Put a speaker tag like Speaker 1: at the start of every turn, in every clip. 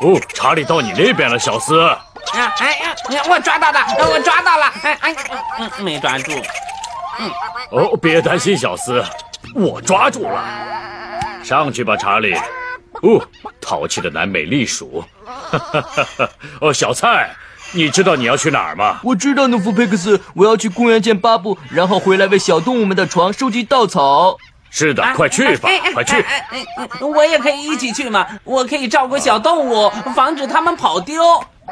Speaker 1: 哦，查理到你那边了，小斯。
Speaker 2: 啊哎呀，我抓到了，我抓到了，哎哎，嗯没抓住。
Speaker 1: 哦，别担心，小斯，我抓住了。上去吧，查理。哦，淘气的南美栗鼠。哈哈哈哈哦，小蔡，你知道你要去哪儿吗？
Speaker 3: 我知道，农夫佩克斯，我要去公园见巴布，然后回来为小动物们的床收集稻草。
Speaker 1: 是的，
Speaker 2: 啊
Speaker 1: 快去吧，
Speaker 2: 哎哎
Speaker 1: 快去。
Speaker 2: 哎哎哎我也可以一起去嘛，我可以照顾小动物，防止它们跑丢。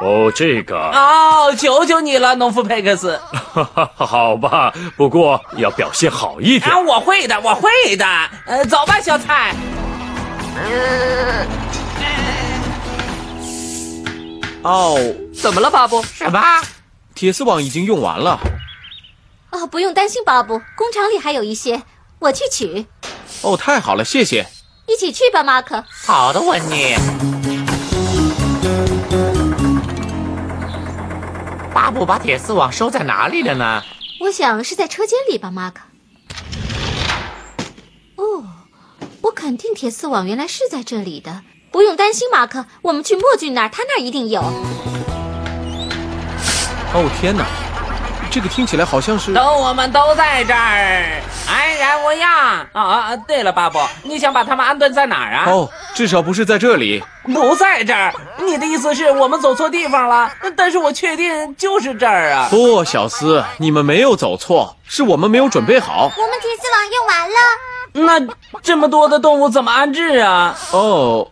Speaker 1: 哦，这个，
Speaker 2: 哦，求求你了，农夫佩克斯！
Speaker 1: 哈哈， 好吧，不过要表现好一点
Speaker 2: 啊，。我会的，我会的。呃，走吧，小蔡。
Speaker 4: 哦，
Speaker 5: 怎么了，巴布？
Speaker 2: 什么？
Speaker 4: 铁丝网已经用完了。
Speaker 6: 哦，不用担心，巴布，工厂里还有一些，我去取。
Speaker 4: 哦，太好了，谢谢。
Speaker 6: 一起去吧，马克。
Speaker 2: 好的，温妮。巴布把铁丝网收在哪里了呢？
Speaker 6: 我想是在车间里吧，马克。哦，我肯定铁丝网原来是在这里的，不用担心，马克。我们去墨俊那儿，他那儿一定有。
Speaker 4: 哦，天哪，这个听起来好像是……
Speaker 2: 等我们都在这儿，哎安然无恙。啊啊！对了，巴布，你想把他们安顿在哪儿啊？
Speaker 4: 哦，至少不是在这里。
Speaker 2: 不在这儿。你的意思是我们走错地方了？但是我确定就是这儿啊。
Speaker 4: 不，哦小斯，你们没有走错，是我们没有准备好。
Speaker 7: 我们铁丝网用完了。
Speaker 2: 那这么多的动物怎么安置啊？
Speaker 4: 哦，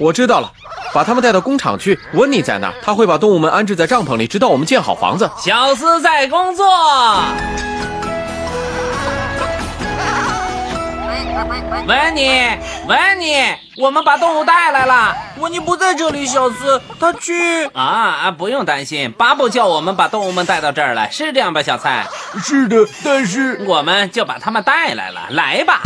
Speaker 4: 我知道了，把他们带到工厂去。温妮在那儿，他会把动物们安置在帐篷里，直到我们建好房子。
Speaker 2: 小斯在工作。温妮，温妮，我们把动物带来了
Speaker 8: 温妮不在这里，小斯他去。
Speaker 2: 啊啊！不用担心，巴布叫我们把动物们带到这儿来，是这样吧，小蔡？
Speaker 3: 是的，但是
Speaker 2: 我们就把他们带来了，来吧。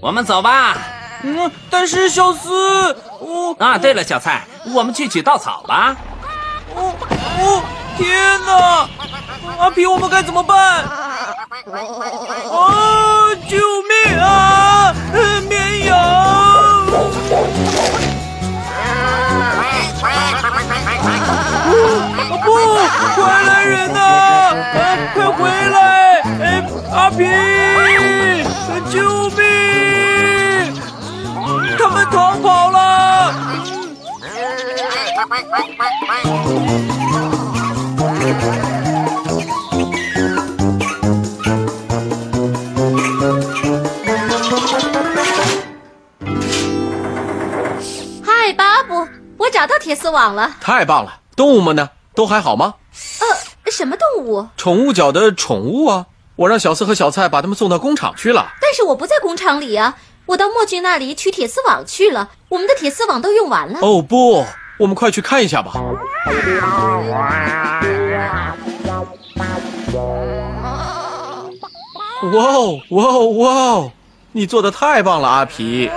Speaker 2: 我们走吧。
Speaker 8: 嗯，但是小斯，我
Speaker 2: 啊，对了，小蔡，我们去取稻草吧。
Speaker 8: 我我天哪！阿皮，我们该怎么办？啊！救命啊！呃绵羊。
Speaker 7: 啊
Speaker 2: 比！救命！他们逃跑了！
Speaker 6: 嗨，巴布，我找到铁丝网了。
Speaker 4: 太棒了！动物们呢？都还好吗？
Speaker 6: 呃，什么动物？
Speaker 4: 宠物角的宠物啊，我让小四和小蔡把他们送到工厂 去了。
Speaker 6: 但是我不在工厂里啊，我到墨俊那里取铁丝网去了。我们的铁丝网都用完了。
Speaker 4: 哦不，我们快去看一下吧。哇哦哇哦哇哦！你做的太棒了，阿皮。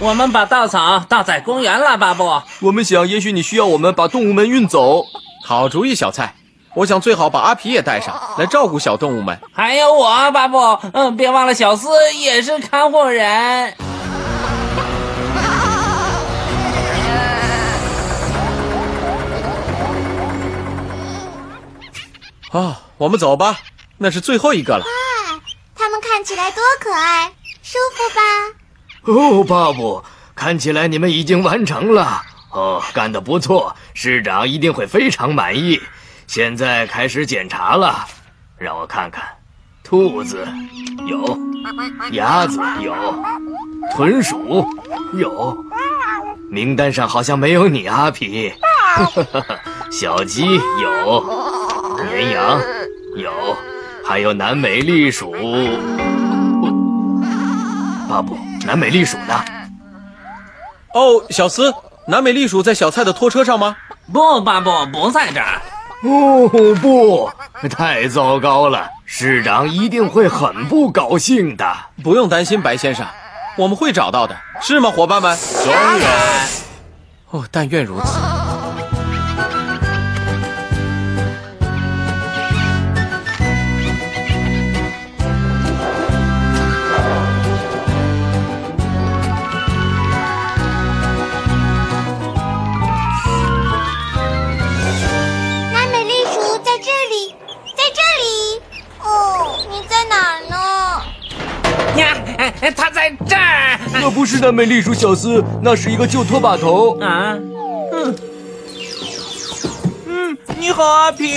Speaker 9: 我们把稻草倒在公园了，巴布。
Speaker 3: 我们想，也许你需要我们把动物们运走。
Speaker 4: 好主意，小蔡。我想最好把阿皮也带上
Speaker 3: 哦
Speaker 4: 来照顾小动物们。
Speaker 9: 还有我，巴布，嗯，别忘了小斯也是看护人。
Speaker 4: 啊、我们走吧，那是最后一个了。
Speaker 7: 哇，它们看起来多可爱，舒服吧？
Speaker 1: 哦，巴布，看起来你们已经完成了。哦，干得不错，师长一定会非常满意。现在开始检查了，让我看看，兔子有，鸭子有，豚鼠有，名单上好像没有你，阿皮。小鸡有，绵羊有，还有南美栗鼠。巴布，南美栗鼠呢？
Speaker 4: 哦，小斯，南美栗鼠在小蔡的拖车上吗？
Speaker 9: 不，巴布不在这儿。
Speaker 1: 哦不，太糟糕了，师长一定会很不高兴的。
Speaker 4: 不用担心，白先生，我们会找到的，是吗，伙伴们？
Speaker 9: 当然。
Speaker 4: 哦，但愿如此。
Speaker 7: 南美栗鼠在这里，在这里。哦，你在哪儿呢？
Speaker 9: 呀，哎哎它在这儿
Speaker 3: 那不是南美栗鼠小斯，那是一个旧拖把头。
Speaker 9: 啊！
Speaker 2: 嗯，你好，阿皮，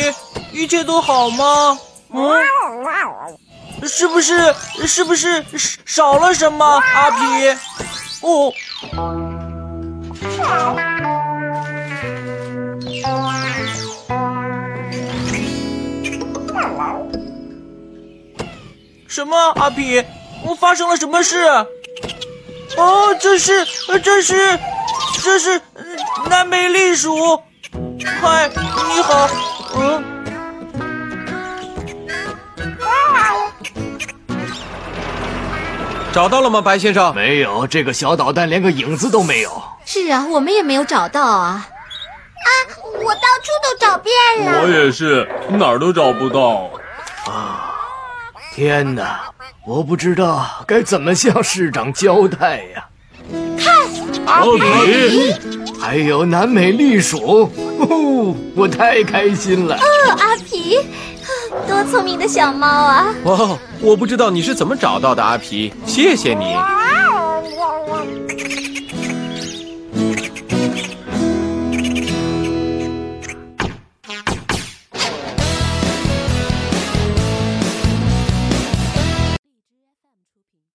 Speaker 2: 一切都好吗？嗯，是不是是不是是少了什么？阿皮，哦，什么？阿皮，我发生了什么事？哦，这是这是这是呃南美栗鼠。嗨，你好，嗯。
Speaker 4: 找到了吗，白先生？
Speaker 1: 没有，这个小导弹连个影子都没有。
Speaker 6: 是啊，我们也没有找到啊。
Speaker 7: 啊，我到处都找遍
Speaker 10: 我
Speaker 7: 了。
Speaker 10: 也是，哪儿都找不到。
Speaker 1: 天哪，我不知道该怎么向市长交代呀、
Speaker 10: 阿比，
Speaker 1: 还有南美栗鼠，哦，我太开心了。
Speaker 6: 哦，阿皮，啊多聪明的小猫啊！
Speaker 4: 哦哇，我不知道你是怎么找到的，阿皮，谢谢你。